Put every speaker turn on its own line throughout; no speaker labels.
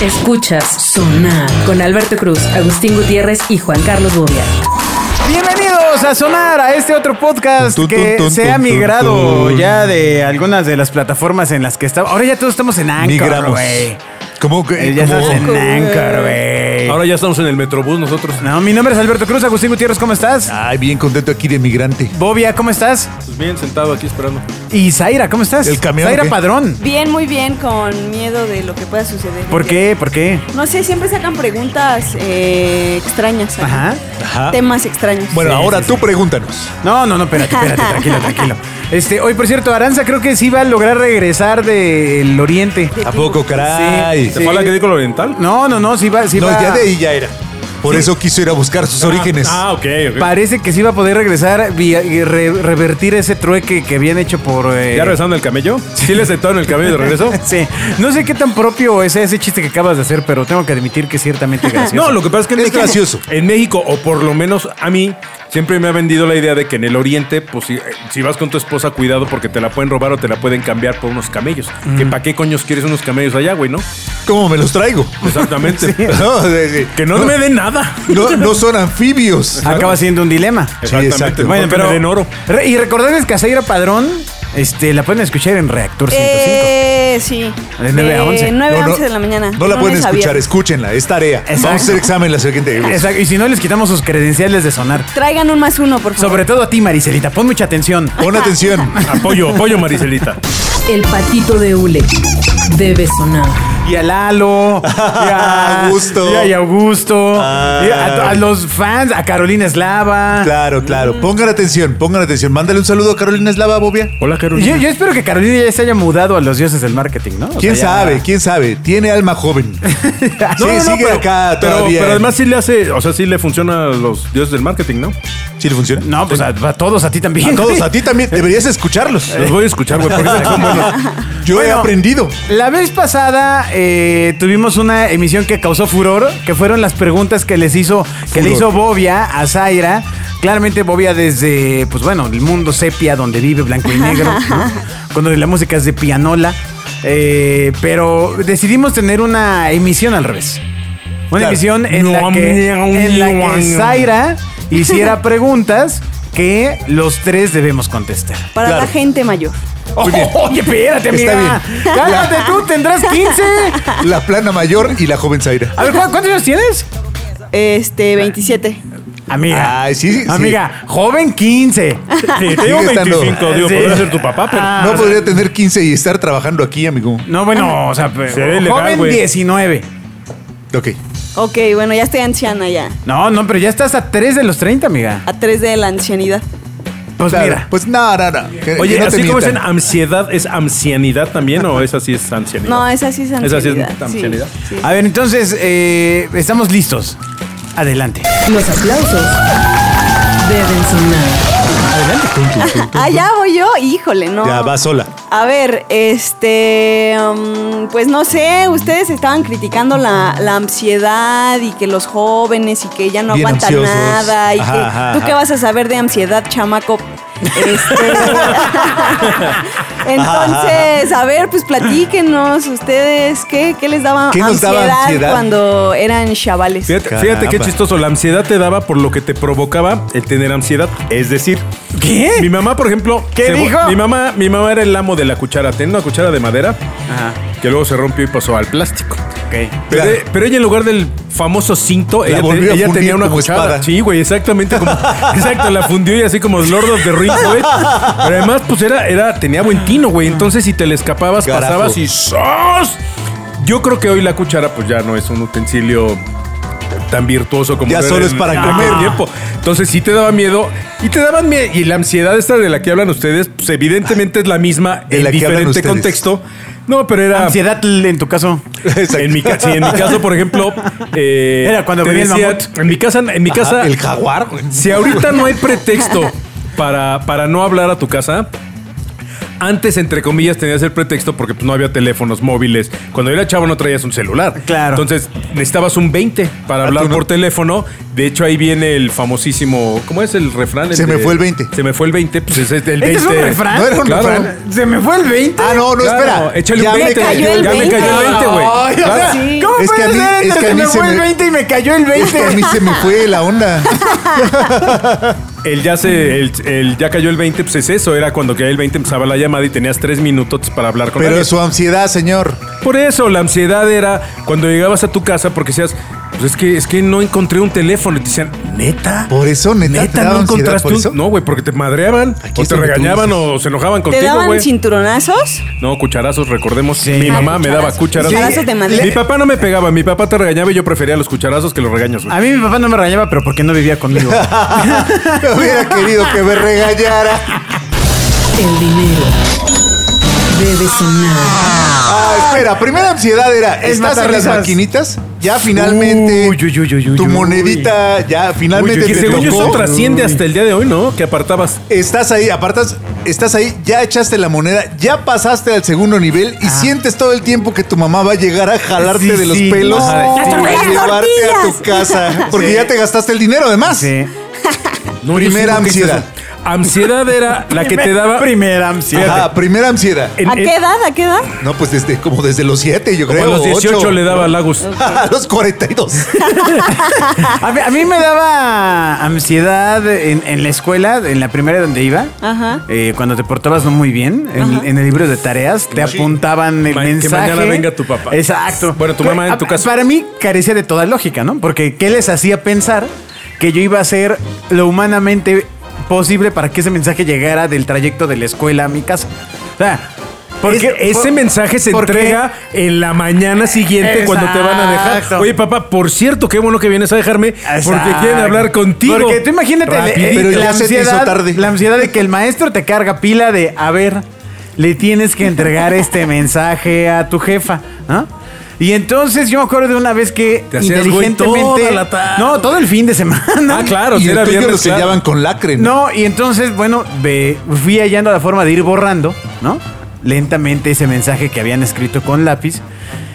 Escuchas Sonar con Alberto Cruz, Agustín Gutiérrez y Juan Carlos Bobia.
Bienvenidos a Sonar, a este otro podcast
Tun, tun,
que
tun,
se
tun,
ha
tun,
migrado
tun.
ya de algunas de las plataformas en las que estamos. Ahora ya todos estamos en Anchor,
Migramos.
güey.
¿Cómo
Eh,
que?
Ya
cómo?
estamos en Anchor, güey.
Ahora ya estamos en el Metrobús nosotros.
No, mi nombre es Alberto Cruz, Agustín Gutiérrez, ¿cómo estás?
Ay, bien contento aquí de migrante.
Bobia, ¿cómo estás?
Pues bien, sentado aquí esperando.
Y Zaira, ¿cómo estás?
¿El camión
Zaira
o qué?
Padrón.
Bien, muy bien, con miedo de lo que pueda suceder.
¿Por qué? ¿Por qué?
No sé, siempre sacan preguntas eh, extrañas. ¿sabes?
Ajá.
Ajá. Ah.
Temas extraños.
Bueno,
Sí,
ahora
sí,
tú pregúntanos.
No, no, no, espérate, espérate, tranquilo, tranquilo. Este, hoy, por cierto, Aranza creo que sí va a lograr regresar del oriente.
¿A poco, caray?
¿Te fue la que dijo lo oriental?
No, no, no, sí va, sí
No,
va.
ya de ahí ya era. Por eso quiso ir a buscar sus orígenes.
Ah, ok, ok.
Parece que sí va a poder regresar vía- y re- revertir ese trueque que habían hecho por. eh,
¿Ya regresando el camello? ¿Sí le aceptaron el camello de regreso?
Sí. No sé qué tan propio es ese chiste que acabas de hacer, pero tengo que admitir que es ciertamente gracioso.
No, lo que pasa es que en
Es
México-
gracioso.
En México, o por lo menos a mí, siempre me ha vendido la idea de que en el oriente, pues si, eh, si vas con tu esposa, cuidado porque te la pueden robar o te la pueden cambiar por unos camellos. ¿Que para qué coños quieres unos camellos allá, güey, no?
¿Cómo me los traigo?
Exactamente.
No, sí, sí.
Que no, me den nada.
No, no son anfibios.
Acaba siendo un dilema.
exacto.
Bueno, pero en oro.
Re- y recordarles que a Zaira Padrón este, la pueden escuchar en Reactor 105.
Eh, sí.
De nueve a once.
9 a
No, no,
11 de la mañana.
No la pueden
lunes a
escuchar,
viernes.
escúchenla, es tarea.
Exacto.
Vamos a hacer examen la siguiente.
Exacto, Y si no, les quitamos sus credenciales de sonar.
Traigan un más uno, por favor.
Sobre todo a ti, Maricelita, pon mucha atención.
Pon atención.
Apoyo, apoyo, Maricelita.
El patito de Ule debe sonar.
Y a Lalo, y a
A Augusto.
y a, y a Augusto,
Ah.
y a, a los fans, a Carolina Eslava.
Claro, claro. Pongan atención, pongan atención. Mándale un saludo a Carolina Eslava, Bobia.
Hola,
Yo,
Carolina.
yo espero que Carolina ya se haya mudado a los dioses del marketing, ¿no? O
¿Quién
sea, ya-
sabe? ¿Quién sabe? Tiene alma joven. Sí, sigue acá
pero-
todavía.
pero además sí le hace, o sea, sí le funciona a los dioses del marketing, ¿no?
¿Sí le funciona?
No, pues a, a todos, a ti también.
A todos, a ti también. Deberías escucharlos.
Los voy a escuchar, güey. porque son buenos.
Yo he aprendido.
La vez pasada eh, tuvimos una emisión que causó furor, que fueron las preguntas que les hizo, que le
Furor.
hizo Bobia a Zaira. Claramente Bobia desde, pues bueno, el mundo sepia donde vive blanco y negro, ¿no? cuando la música es de pianola. Eh, pero decidimos tener una emisión al revés. Una
Claro.
emisión en la que, en la que Zaira hiciera preguntas que los tres debemos contestar.
Para
Claro.
la gente mayor.
Oye, espérate,
Está
amiga.
bien.
Cállate, tú tendrás 15.
La plana mayor y la joven Zaira.
A ver, ¿cu- ¿cuántos años tienes?
Este, 27.
Amiga.
Ay, sí, sí.
Amiga, joven 15.
Sí, te
Sigue
digo
estando.
25, digo,
Sí.
podría ser tu papá, pero.
Ah,
No pues,
o sea,
podría tener 15 y estar trabajando aquí, amigo.
No, bueno, o sea, pero-
Se ve ilegal,
joven
güey.
19.
Ok.
Pues
Ok, bueno, ya estoy anciana ya.
No, no, pero ya estás a 3 de los 30, amiga.
A 3 de la ancianidad.
Pues
Claro.
mira.
Pues no, no, no. Que-
Oye,
que no te
así
mientan.
como dicen "Ah, ansiedad, ¿es ancianidad también o esa sí es ancianidad?
No, esa sí es ancianidad.
Esa sí es
sí,
ancianidad.
sí.
A ver, entonces, eh, estamos listos. Adelante.
Los aplausos deben sonar.
Ah, ya voy yo. Híjole, no.
Ya va sola.
A ver, este, mm, pues no sé, ustedes estaban criticando la, la ansiedad y que los jóvenes y que ya no
Bien
aguantan
ansiosos.
nada y
Ajá,
que
ajá,
tú
ajá.
qué vas a saber de ansiedad, chamaco. Este, entonces, a ver, pues platíquenos ustedes qué, qué les daba,
¿Qué nos
ansiedad,
daba ansiedad?
cuando eran chavales.
Fíjate,
Caramba.
fíjate qué chistoso, la ansiedad te daba por lo que te provocaba el tener ansiedad. Es decir, mi
¿Qué?
mamá, por ejemplo,
¿Qué
se-
dijo?
Mi mamá, mi mamá era el amo de la cuchara, tenía una cuchara de madera que luego se rompió y pasó al plástico.
Ok.
Pero, e,
Claro.
pero ella en lugar del famoso cinto, ella, te-
volvió a
ella
fundir
tenía una
como
cuchara.
espada.
Sí, güey, exactamente como. exacto, la fundió y así como Lord of the Rings, güey. Pero además, pues era, era, tenía buen tino, güey. Entonces, si te le escapabas,
Carajo.
pasabas y ¡sos! Yo creo que hoy la cuchara, pues ya no es un utensilio tan virtuoso como
Ya
lo era
solo
en-
es para
en
comer.
aquel tiempo. Entonces sí te daba miedo y te daban miedo y la ansiedad esta de la que hablan ustedes, pues evidentemente es la misma
De
en
la que hablan
diferente
ustedes.
contexto. No, pero
Ah.
era
Ansiedad en tu caso.
Exacto.
en mi, ca- sí, en mi caso, por ejemplo, eh,
Era cuando
te
venía el
decía-
mamut.
En mi casa, en mi casa,
Ah, el jaguar. güey.
si ahorita no hay pretexto para, para no hablar a tu casa. Antes, entre comillas, tenías el pretexto porque pues, no había teléfonos móviles. Cuando era chavo no traías un celular.
Claro.
Entonces necesitabas un 20 para
Ah,
hablar
tú no.
por teléfono. De hecho, ahí viene el famosísimo... ¿Cómo es el refrán? El
Se me
de-
fue el 20.
Se me fue el 20. Pues ese es el 20.
¿Este es un refrán?
No era un
Claro.
refrán.
Se me fue el 20.
Ah, no, no,
Claro,
espera.
échale un
Ya me
20.
cayó el
ya me cayó el
20,
20, güey.
Ay, o
Claro.
sea,
Sí.
¿Cómo
es que a
puede
mí,
ser,
es que a mí
me
se
fue el
me,
20 y me cayó el
es
20.
que a mí se me fue la onda.
El ya, se, el, el ya cayó el 20, pues es eso. Era cuando caía el 20, empezaba la llamada y tenías tres minutos para hablar con
Pero
alguien.
su ansiedad, señor.
Por eso, la ansiedad era cuando llegabas a tu casa porque decías, pues es que, es que no encontré un teléfono. Y te decían, neta.
Por eso, neta, te
Neta,
daba
no
ansiedad
encontraste
por
un-
eso.
No, güey, porque te madreaban,
Aquí
o
es
te
donde tú
regañaban,
dices.
o se enojaban
¿Te
contigo,
daban
güey.
cinturonazos?
No, cucharazos, recordemos.
Sí.
Mi
Ah,
mamá me daba cucharazos.
Cucharazos de madera.
Mi papá no me pegaba, mi papá te regañaba y yo prefería los cucharazos que los regaños, güey.
A mí mi papá no me rayaba, pero porque no vivía conmigo.
Hubiera querido que me regañara.
El dinero debe sonar.
Ah, espera, primera ansiedad era,
Es
estás en las
matarrisas.
maquinitas, ya finalmente
Uy, uy, uy, uy, uy,
tu
uy.
monedita ya finalmente
que
te
según yo
tocó.
eso trasciende hasta el día de hoy, ¿no? Que apartabas.
Estás ahí, apartas, estás ahí, ya echaste la moneda, ya pasaste al segundo nivel y sientes todo el tiempo que tu mamá va a llegar a jalarte
Sí,
de los
sí.
pelos
No.
Ya
y
estoy
llevarte a
tortillas.
tu casa. Porque
Sí.
ya te gastaste el dinero además.
Sí.
No, yo
Primera
siento que es
ansiedad.
eso. Ansiedad era la que te daba.
Primera ansiedad.
Ajá, primera ansiedad.
en-
¿A
en-
qué edad? ¿A qué edad?
No, pues desde como desde los 7, yo
como
creo.
a los 18
ocho.
le daba lagos.
A los 42.
A mí, a mí me daba ansiedad en, en la escuela, en la primera donde iba.
Ajá.
Eh, cuando te portabas no muy bien, en, en el libro de tareas, te apuntaban el
Ma- que
mensaje.
mañana venga tu papá.
Exacto.
Bueno, tu mamá en tu
A-
caso.
Para mí carecía de toda lógica, ¿no? Porque ¿qué les hacía pensar que yo iba a hacer lo humanamente posible para que ese mensaje llegara del trayecto de la escuela a mi casa? O sea,
Porque
es-
ese
por-
mensaje se
¿por qué?
entrega en la mañana siguiente cuando te van a dejar.
Exacto.
Oye, papá, por cierto, qué bueno que vienes a dejarme porque quieren
Exacto.
hablar contigo.
Porque tú imagínate la-
Rapidito.
Pero
la,
ya se te hizo
ansiedad,
tarde.
la ansiedad de que el maestro te carga pila de, a ver, le tienes que entregar este mensaje a tu jefa, ¿no? Y entonces yo me acuerdo de una vez que
Te hacías güey
inteligentemente...
toda la tarde.
no, todo el fin de semana.
Ah, claro,
y
si
el
era
tuyo
viernes,
lo
claro.
sellaban con lacre.
No, y entonces, bueno, ve- fui hallando la forma de ir borrando, ¿no? Lentamente ese mensaje que habían escrito con lápiz.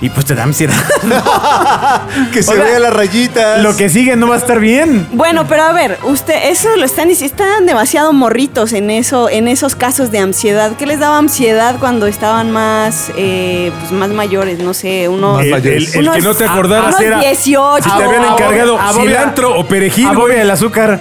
Y pues te da ansiedad.
que se
O sea,
vea las rayitas.
Lo que sigue no va a estar bien.
Bueno, pero a ver, usted, eso lo están dic- están demasiado morritos en eso, en esos casos de ansiedad. ¿Qué les daba ansiedad cuando estaban más, eh, pues más mayores? No sé, unos,
Más
El, el-
mayores.
el que
unos-
no te acordaras
unos
era.
18.
Si te habían
Abobia,
encargado
abobia.
cilantro o perejil,
Abobia
güey.
el azúcar.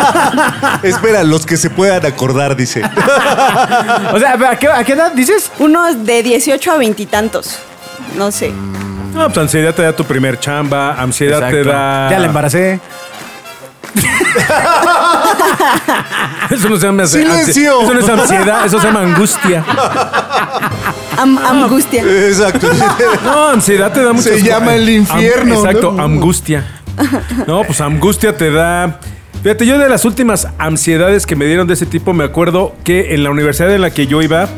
Espera, los que se puedan acordar, dice.
O sea, ¿a qué, a qué edad dices?
Unos de 18 a veintitantos. No sé.
Mm.
No, pues ansiedad te da tu primer chamba, ansiedad te
Exacto.
da.
Ya la embaracé.
Eso no se llama ansiedad.
¡Silencio!
Eso no es ansiedad, eso se llama angustia.
Am- angustia.
Eh. Exacto.
No, ansiedad te da muchas
Se llama el infierno,
Am- exacto,
¿no?
angustia. No, pues angustia te da. Fíjate, yo de las últimas ansiedades que me dieron de ese tipo, me acuerdo que en la universidad en la que yo iba,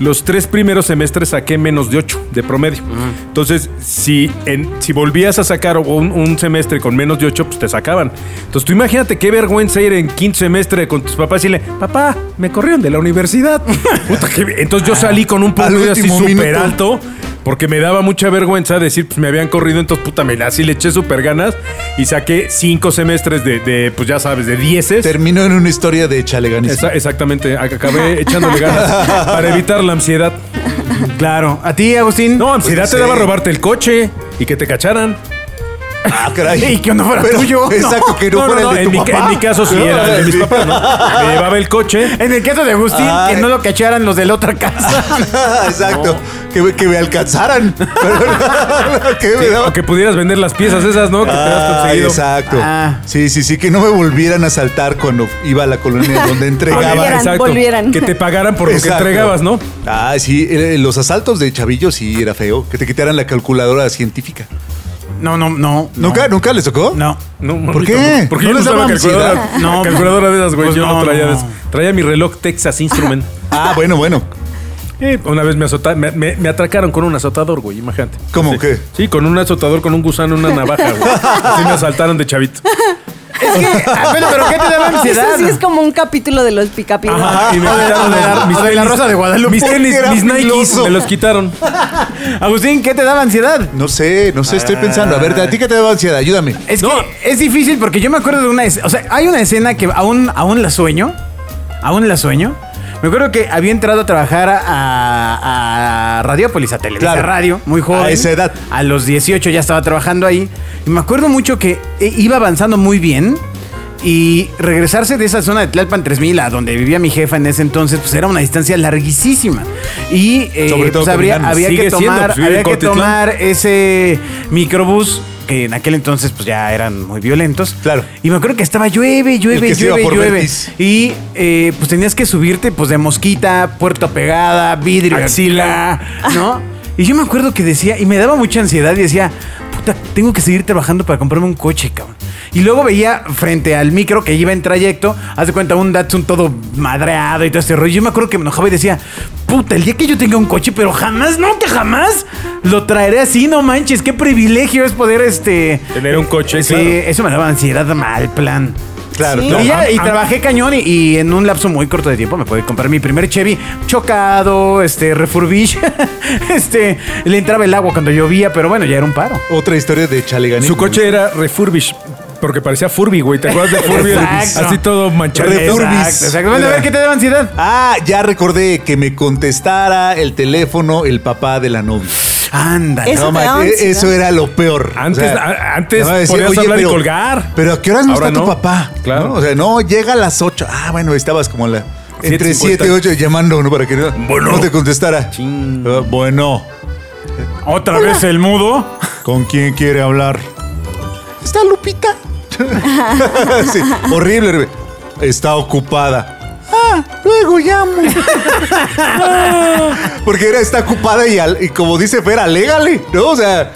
los tres primeros semestres saqué menos de 8 de promedio. Entonces, si, en, si volvías a sacar un, un semestre con menos de 8, pues te sacaban. Entonces, tú imagínate qué vergüenza ir en quinto semestre con tus papás y decirle, papá, me corrieron de la universidad. Puta, qué- Entonces, yo salí con un
Ah, Al
promedio así
último
súper
minuto.
alto esto, porque me daba mucha vergüenza decir, pues me habían corrido, entonces puta, me la así le eché súper ganas y saqué cinco semestres de, de, pues ya sabes, de dieces.
Terminó en una historia de chaleganismo.
Esa- exactamente, ac- acabé echándole ganas para evitar la ansiedad.
Claro. ¿A ti, Agustín?
No, ansiedad
Pues,
te
sí.
daba robarte el coche y que te cacharan.
Ah, caray.
Y que no fuera tuyo.
Exacto, que no,
No, no,
fuera
no,
el de
en,
tu
mi, ca-
papá.
en mi caso sí
No,
era el de mis
sí.
papás, ¿no? Me llevaba el coche.
En el caso de Agustín,
Ay.
que no lo cacharan los de la otra casa.
Ah, Exacto. Que, que me alcanzaran. Pero- que me
sí,
daba-
o que pudieras vender las piezas esas, ¿no? Que te has
Ah,
conseguido.
exacto.
Ah.
Sí, sí, sí, que no me volvieran a saltar cuando iba a la colonia donde
Ah,
Volvieran,
entregaba.
exacto,
volvieran.
Que te pagaran por lo
Exacto.
que entregabas, ¿no?
Ah, sí, eh, los asaltos de chavillos sí era feo, que te quitaran la calculadora científica.
No, no, no.
¿Nunca, nunca les tocó?
No.
No,
¿Por
mamita,
qué?
Porque
¿No
yo no
les
usaba
daba
calculadora,
ansiedad?
No,
calculadora de esas, güey.
pues
yo no,
no,
traía de
no.
esas. Traía mi reloj Texas Instrument.
Ah, bueno, bueno.
Eh,
pues.
una vez me, azota, me, me- me atracaron con un azotador, güey, imagínate.
¿Cómo
Sí.
qué?
Sí, con un azotador, con un gusano, una navaja, güey. Así me asaltaron de chavito.
Ah, bueno, pero ¿qué te daba ansiedad?
Eso sí es como un capítulo de los picapiedras.
Ajá, y me quitaron de
O de la- o de la Rosa de Guadalupe.
Mis tenis,
Porque era
mis Nikes,
filoso.
me los quitaron.
Agustín, ¿qué te daba ansiedad?
No sé, no sé, estoy pensando. A ver,
Ah.
¿a ti qué te daba ansiedad? Ayúdame.
Es
No.
que es difícil porque yo me acuerdo de una escena. O sea, hay una escena que aún, aún la sueño. Aún la sueño. Me acuerdo que había entrado a trabajar a, a Radiopolis, a Televisa
Claro.
Radio, muy joven.
A esa edad.
A los 18 ya estaba trabajando ahí. Y me acuerdo mucho que eh, iba avanzando muy bien. Y regresarse de esa zona de Tlalpan 3000 a donde vivía mi jefa en ese entonces, pues era una distancia larguísima. Y eh,
Sobre todo
pues, habría-
caminando.
había que
Sigue siendo,
tomar,
pues, vive
había
en
que
Cuautitlán.
tomar ese microbús que en aquel entonces pues ya eran muy violentos.
Claro.
Y me acuerdo que estaba llueve,
El
llueve,
que se iba
llueve,
por
llueve.
Vertiz.
Y eh, pues tenías que subirte pues de mosquita, puerto pegada, vidrio, axila, ¿no? Y yo me acuerdo que decía, y me daba mucha ansiedad, y decía, puta, tengo que seguir trabajando para comprarme un coche, cabrón. Y luego veía frente al micro que iba en trayecto, haz de cuenta un Datsun todo madreado y todo este rollo. Yo me acuerdo que me enojaba y decía, puta, el día que yo tenga un coche, pero jamás, nunca jamás lo traeré así, no manches, qué privilegio es poder este.
Tener un coche,
Sí,
claro.
eso me daba ansiedad mal plan.
Claro,
Sí.
claro.
Y, ya-
am-
y
am-
trabajé cañón y, y en un lapso muy corto de tiempo me pude comprar mi primer Chevy chocado, este, refurbish, este, le entraba el agua cuando llovía, pero bueno, ya era un paro.
Otra historia de Chaleganí.
Su coche era refurbish, porque parecía Furby, güey. ¿Te acuerdas de Furby?
Exacto.
Así todo manchado.
Refurbis.
Exacto, exacto. Bueno, a ver, ¿qué te da ansiedad?
Ah, ya recordé que me contestara el teléfono el papá de la novia.
Anda.
Eso
No,
te da
ma- eh,
ansiedad.
eso era lo peor.
Antes- a- antes
te van a
podías hablar y
pero-
colgar.
Pero ¿a qué horas no
Ahora
está tu
no.
papá?
Claro.
¿No? O sea, no, llega a las 8. Ah, bueno, estabas como a la, entre
7:50.
7 y 8 llamando, ¿no? Para que no,
Bueno.
no te contestara.
Ching.
Ah, bueno,
Otra vez el mudo.
¿con quién quiere hablar? Está Lupita. Sí, horrible. horrible. Está ocupada. Ah, luego llamo. Ah, Porque era está ocupada y, al- y como dice Fer, alégale, ¿no? O sea,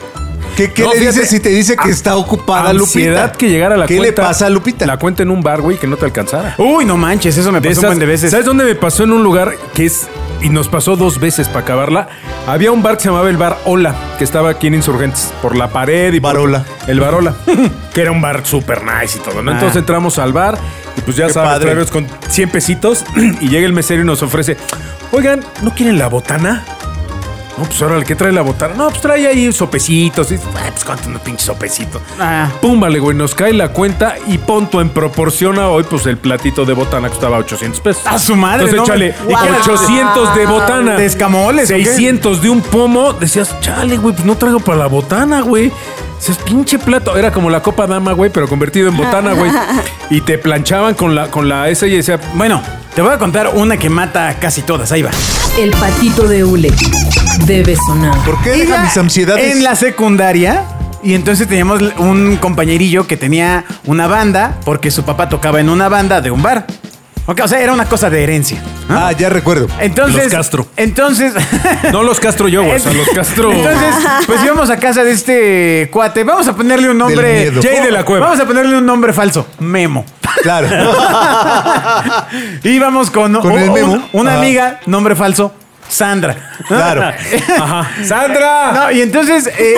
¿qué, qué
No,
le
fíjate,
dices si te dice que está ocupada
Ansiedad
Lupita?
que llegara a la
¿Qué
cuenta.
le pasa a Lupita? Pues
La cuenta en un bar, güey, que no te alcanzara.
Uy, no manches, eso me
De
pasó
esas-
un buen de veces.
¿Sabes dónde me pasó en un lugar que es y nos pasó dos veces para acabarla? Había un bar que se llamaba el bar Ola, que estaba aquí en Insurgentes, por la pared y por-
Barola.
el bar Ola, que era un bar super nice y todo, ¿no?
Ah.
Entonces entramos al bar y pues ya
Qué
sabes,
padre.
traemos con 100 pesitos y llega el mesero y nos ofrece, "Oigan, ¿no quieren la botana?" No, pues ahora, ¿qué trae la botana? No, pues trae ahí sopecitos. Y, "Ah, pues cuánto un pinche sopecito.
Ah.
Pum, vale, güey, nos cae la cuenta y ponto en proporción a hoy, pues el platito de botana costaba 800 pesos.
¡A su madre,
Entonces,
no!
chale,
¿Y
qué era?
800 de botana.
¿De escamoles o qué?
600 de un pomo. Decías, chale, güey, pues no traigo para la botana, güey. Decías, pinche plato. Era como la copa dama, güey, pero convertido en botana, güey. Y te planchaban con la, con la esa y decía,
Bueno, te voy a contar una que mata a casi todas, ahí va.
El patito de Ule debe sonar.
¿Por qué
Iba
deja mis ansiedades?
En la secundaria. Y entonces teníamos un compañerillo que tenía una banda porque su papá tocaba en una banda de un bar. Ok, o sea, era una cosa de herencia. ¿no?
Ah, ya recuerdo.
Entonces,
Los Castro.
Entonces.
no los Castro yo, güey, o sea, los Castro.
Entonces, pues íbamos a casa de este cuate. Vamos a ponerle un nombre.
Del miedo.
Jay de la Cueva.
Vamos a ponerle un nombre falso. Memo.
Claro.
Íbamos con,
Con el
un-
Memo.
una
Ajá.
amiga, nombre falso, Sandra.
Claro.
Ajá. ¡Sandra!
No, y entonces, eh,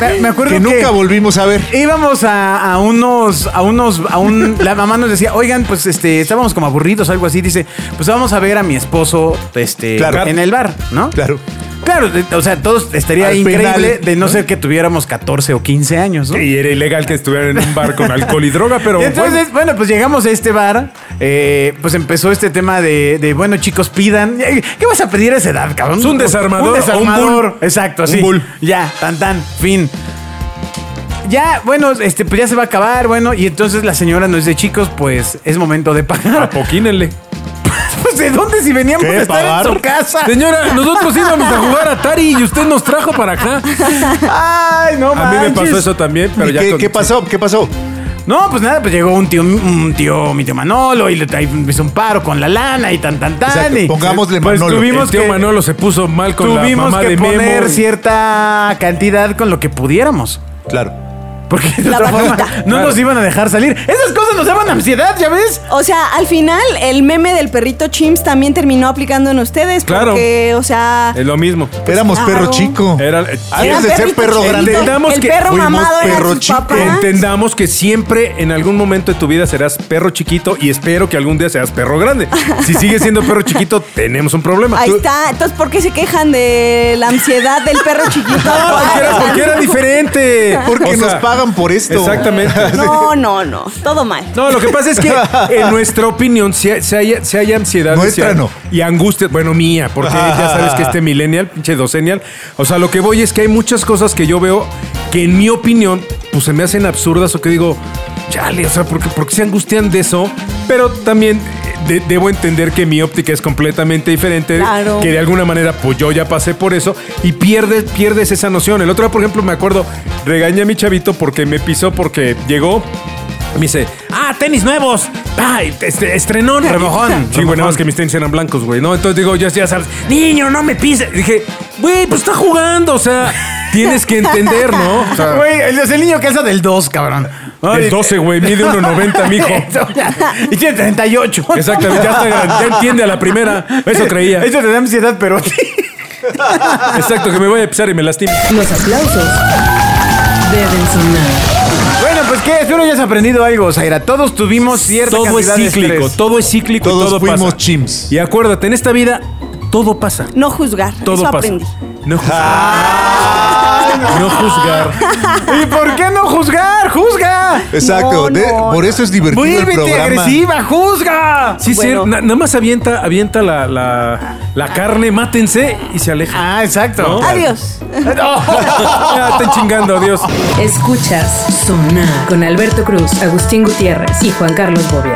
me- me acuerdo
que
que.
nunca volvimos a ver.
íbamos a, a unos, a unos, a un, la mamá nos decía, oigan, pues este, estábamos como aburridos, algo así, dice, pues vamos a ver a mi esposo, este,
Claro.
en el bar, ¿no?
Claro.
Claro, de- o sea, todos estaría
Al
increíble
penal,
de no, ser que tuviéramos 14 o 15 años, ¿no?
Y era ilegal que estuvieran en un bar con alcohol y droga, pero
Y Entonces, bueno. pues llegamos a este bar, eh, pues empezó este tema de, de, bueno, chicos, pidan. Eh, ¿Qué vas a pedir a esa edad, cabrón?
Es un desarmador
Un
o un
desarmador.
bull.
Exacto,
Un
sí.
bull.
Ya, tan tan, fin. Ya, bueno, este, pues ya se va a acabar, bueno, y entonces la señora nos dice, chicos, pues es momento de
bueno,
pagar.
apoquínenle.
pues de dónde si veníamos
¿Qué,
a estar en
pagar?
su casa.
Señora, nosotros íbamos a jugar a Atari y usted nos trajo para acá.
Ay, no
A mí me
manches.
pasó eso también, pero
¿Y
ya
qué,
con-
qué pasó? ¿Qué pasó?
No, pues nada, pues llegó un tío, un tío, mi tío Manolo, y le ahí hizo un paro con la lana y tan tan tan.
Exacto,
y-
pongámosle
pues
Manolo. eh,
tuvimos
el tío
que-
Manolo se puso mal con la
tuvimos
mamá
que
de
poner
Memo.
cierta cantidad con lo que pudiéramos.
Claro.
Porque de
La
otra forma
vaquita.
no
Claro.
nos iban a dejar salir. Esas cosas nos daban ansiedad, ¿ya ves?
O sea, al final el meme del perrito Chimps también terminó aplicando en ustedes.
Claro.
Porque, o sea,
Es lo mismo.
Éramos
Claro.
perro chico.
Era-
Antes de
Era
ser
perrito
perro
chiquito.
grande.
Entendamos
el
que
perro
fuimos
mamado era
perro
sus
chico.
papás.
Entendamos que siempre en algún momento de tu vida serás perro chiquito y espero que algún día seas perro grande. Si sigues siendo perro chiquito, tenemos un problema.
Ahí
Tú-
está. Entonces, ¿por qué se quejan de la ansiedad del perro chiquito?
Ah, porque era, porque era diferente.
Porque nos pagan pagan por esto.
Exactamente.
No, no, no. Todo mal.
No, lo que pasa es que, en nuestra opinión, si hay, si hay- si hay ansiedad
Nuestra
si hay-
no.
y angustia, bueno, mía, porque ya sabes que este millennial, pinche docennial, o sea, lo que voy es que hay muchas cosas que yo veo que en mi opinión, pues se me hacen absurdas o que digo, chale, o sea, ¿por qué, por qué se angustian de eso? Pero también eh, de- debo entender que mi óptica es completamente diferente,
Claro.
que de alguna manera, pues yo ya pasé por eso y pierdes, pierdes esa noción. El otro, día, por ejemplo, me acuerdo, regañé a mi chavito porque me pisó, porque llegó me dice, ah, tenis nuevos. Ay, este, estrenón.
Remojón,
Sí,
remojón.
bueno, más que mis tenis eran blancos, güey, ¿no? Entonces digo, ya, ya sabes, niño, no me pises. Dije, güey, pues está jugando, o sea, tienes que entender, ¿no? O sea,
Güey, el, es el niño calza del 2, cabrón.
el 12, güey, mide 1.90, mijo.
Y tiene 38.
Exactamente, ya, está, gran- ya entiende a la primera. Eso creía.
Eso te da ansiedad, pero...
Exacto, que me voy a pisar y me lastimo.
Los aplausos deben sonar.
Bueno, pues qué, espero hayas aprendido algo, Zaira. Todos tuvimos cierta
Todo es
cantidad de
cíclico,
estrés.
todo es cíclico, y
Todos
todo
fuimos
pasa.
chimps.
Y acuérdate, en esta vida todo pasa.
No juzgar.
Todo
Eso
pasa.
aprendí.
No juzgar. No juzgar.
¿Y por qué no juzgar? ¡Juzga!
Exacto.
No,
de-
no,
por
no.
eso es divertido el
¡Vuélvete
programa.
agresiva! ¡Juzga!
Sí,
Bueno.
sí, na- nada más avienta, avienta la, la, la carne, mátense y se aleja.
Ah, exacto.
Adiós.
Ya, están chingando, adiós.
Escuchas Sonar con Alberto Cruz, Agustín Gutiérrez y Juan Carlos Bobia.